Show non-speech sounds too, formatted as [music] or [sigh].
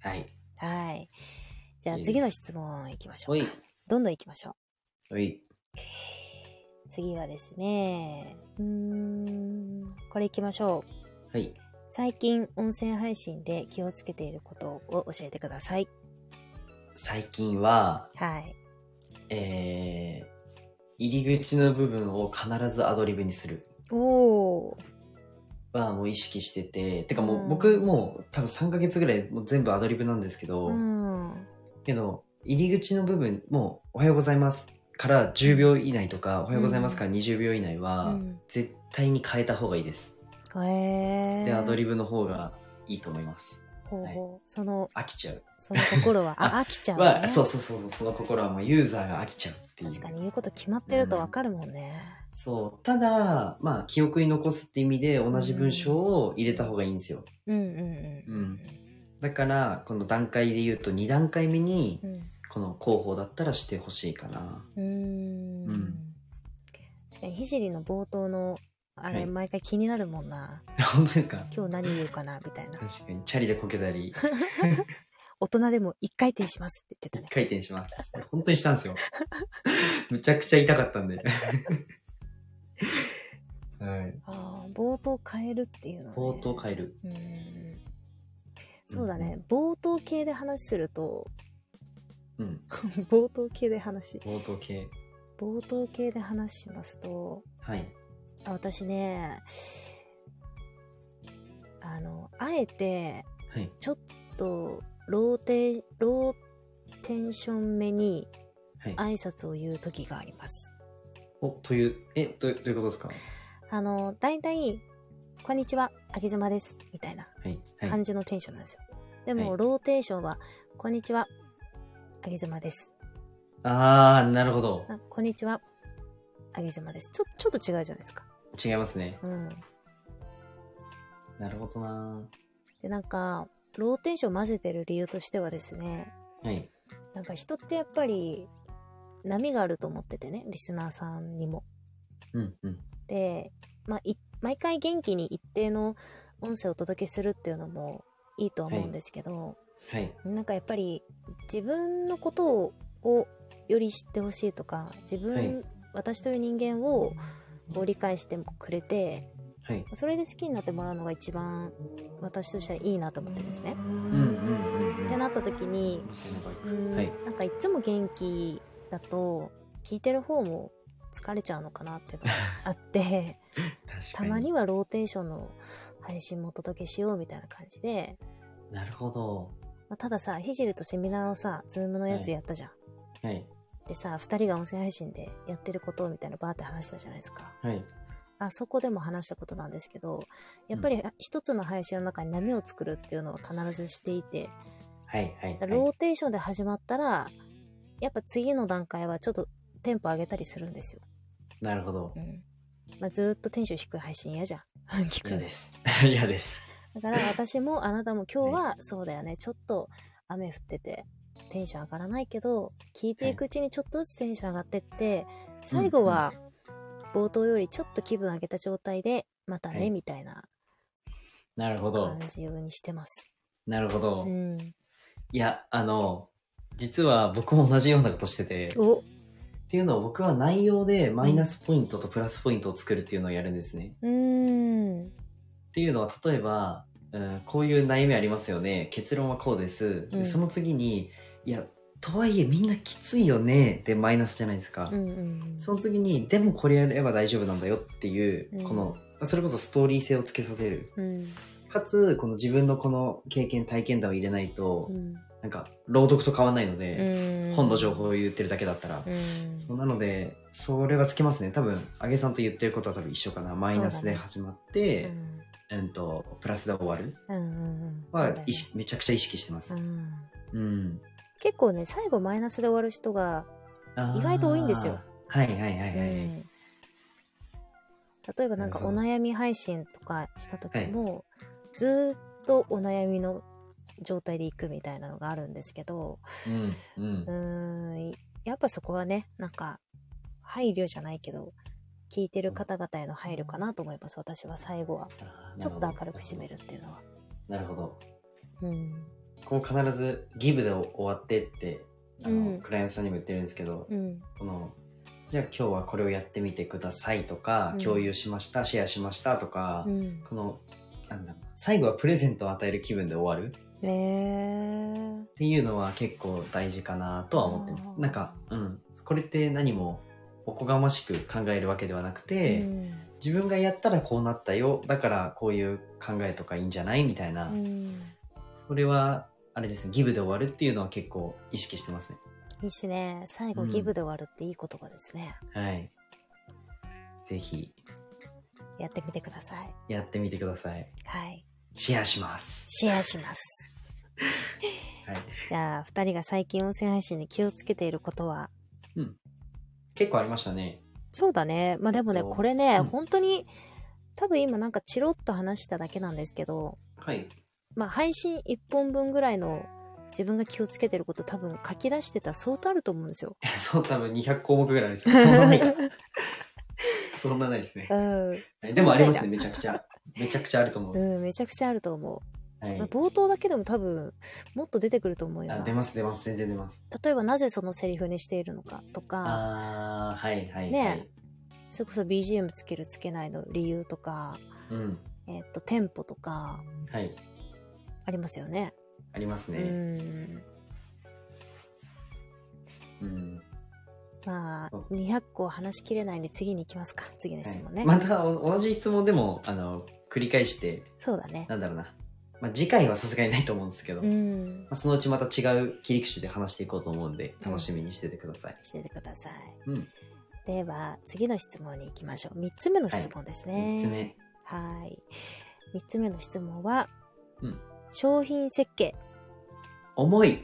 はい。はい。じゃあいい次の質問いきましょほういか。。どんどんいきましょう。ほい。次はですね、うーん、これいきましょう。はい。最近音声配信で気をつけていることを教えてください。最近は、はい。えー、入り口の部分を必ずアドリブにする。おー。はもう意識してて、てかもううん僕もう多分3ヶ月ぐらいもう全部アドリブなんですけど、うん。けど、入り口の部分、もうおはようございますから10秒以内とか、おはようございますから20秒以内は、絶対に変えた方がいいです。うん、えー。で、アドリブの方がいいと思います。ほうはいほう。その、飽きちゃう。その [laughs] 心は、あ、あ飽きちゃう、は、ね。そうそうそうそう、その心はもうユーザーが飽きちゃうっていう。確かに言うこと決まってるとわかるもんね。そう。ただ、まあ、記憶に残すって意味で同じ文章を入れた方がいいんですよ。うんうんうん。だから、この段階で言うと2段階目にう、ん。この広報だったらしてほしいかな。うーん。うん確かに、ひじりの冒頭の、あはれ、い毎回気になるもんな。 [laughs] 本当ですか今日何言うかな、みたいな。確かに、チャリでこけたり、大人でも一回転しますって言ってたね一。回転します。本当にしたん [laughs] ですよ。むちゃくちゃ痛かったんで。 [laughs] はい。ああ、冒頭変えるっていうの、ね。冒頭変える。うんうん。そうだね。冒頭系で話すると、 [laughs] うん。冒頭系で話、冒頭系。冒頭系で話しますと、はい。あ私ね、あの、あえて、はい。ちょっと、ローテ、ローテンション目にはい。挨拶を言う時があります。お、という、え、どどういうことですかあの、だいたい、こんにちは、あげずまです、みたいな。はい。はい。感じのテンションなんですよ。でも、はいローテーションは、こんにちは、あげずまです。あー、なるほど。あこんにちは、あげずまです。ちょ、ちょっと違うじゃないですか。違いますね。うん。なるほどなで、なんか、ローテーション混ぜてる理由としてはですね、はい。なんか人ってやっぱり、波があると思っててね、リスナーさんにも。うん、うん。で、まあ、い毎回元気に一定の音声をお届けするっていうのもいいとは思うんですけど、はい。なんかやっぱり自分のことををより知ってほしいとか自分、はい私という人間をこう理解してくれてはい。それで好きになってもらうのが一番私としてはいいなと思ってですね。うん、うん、うん。ってなった時に、ううんんはい。なんかいつも元気だと聞いてる方も疲れちゃうのかなっていうのがあっ [laughs] て確かたまにはローテーションの配信もお届けしようみたいな感じで、なるほど。まあ、たださひじるとセミナーをさズームのやつやったじゃん。はい。でさ2人が音声配信でやってることみたいなバーって話したじゃないですかはい。あそこでも話したことなんですけどやっぱり一つの配信の中に波を作るっていうのは必ずしていてはい、はい。はいローテーションで始まったらやっぱ次の段階はちょっとテンポ上げたりするんですよ、なるほどう。んまあ、ずーっとテンション低い配信嫌じゃん聞く嫌のです。 [laughs] 嫌です。だから [laughs] 私もあなたも今日はそうだよねちょっと雨降っててテンション上がらないけど聞いていくうちにちょっとずつテンション上がってって最後は冒頭よりちょっと気分上げた状態でまたはねいみたいななるほど感。じにしてます。なるほど。うん、いや、あの、実は僕も同じようなことしてて、っおていうのは僕は内容でマイナスポイントとプラスポイントを作るっていうのをやるんですね。うーんっていうのは例えば、うん、こういう悩みありますよね結論はこうです、うんでその次にいやとはいえみんなきついよねでマイナスじゃないですか、うんうんその次にでもこれやれば大丈夫なんだよっていう、うんこのそれこそストーリー性をつけさせるうんかつこの自分のこの経験体験談を入れないと、うんなんか朗読と変わらないので、うん本の情報を言ってるだけだったらう、んなのでそれはつけますね多分あげさんと言ってることは多分一緒かなマイナスで始まってう、うんん、とプラスで終わるうんうんうんそうはだよね意識めちゃくちゃ意識してますう。んうん。結構ね最後マイナスで終わる人が意外と多いんですよあー。はいはいはいはうい。ん例えばなんかなるほおど悩み配信とかした時も、ずーっとお悩みの状態で行くみたいなのがあるんですけどうんう。うんーんやっぱそこはねなんか配慮じゃないけど聞いてる方々への配慮かなと思います私は最後はあーちょっと明るく締めるるっていうのは。ほど。なるほど。うんこう必ずギブで終わってってあの、うんクライアントさんにも言ってるんですけど、うんこのじゃあ今日はこれをやってみてくださいとか、うん共有しましたシェアしましたとか、うんこのなんだろう最後はプレゼントを与える気分で終わるっへえていうのは結構大事かなとは思ってますあ。ーなんか、うん、これって何もおこがましく考えるわけではなくて、自分がやったらこうなったよだからこういう考えとかいいんじゃないみたいな、うんうんそれはあれですねギブで終わるっていうのは結構意識してますね。いいっすね最後うんギブで終わるっていい言葉ですね、はいぜひやってみてくださいやってみてください。はいシェアします。シェアしますはい、じゃあ2人が最近音声配信に気をつけていることは結構ありましたね。そうだねまあでもねえっとこれね、うん本当に多分今なんかチロッと話しただけなんですけどはい。まあ配信1本分ぐらいの自分が気をつけてること多分書き出してたら相当あると思うんですよ。 [laughs] そう、多分200項目ぐらいです。そんなないか。 [laughs] そんなないですねう。ん、はいでもありますね、めちゃくちゃ。めちゃくちゃあると思う。うん、めちゃくちゃあると思はう。まあい。冒頭だけでも多分もっと出てくると思うよあな。出ます、出ます、全然出ます。例えばなぜそのセリフにしているのかとかあー、はい、はい。ねそれこそ BGM つけるつけないの理由とか、はい。うん。えっとテンポとかはい。ありますよね。ありますうね。んうん。まあそうそ200個話しきれないんで次に行きますか次のは質問ね、いまた、お同じ質問でも、あの、繰り返して、そうだねなんだろうな。まあ、次回はさすがにないと思うんですけど、うまんあそのうちまた違う切り口で話していこうと思うんで、楽しみにしててください。しててくださいうん。では次の質問に行きましょう3つ目の質問ですね、 3つ目。はい3つ目の質問は、うん商品設計重い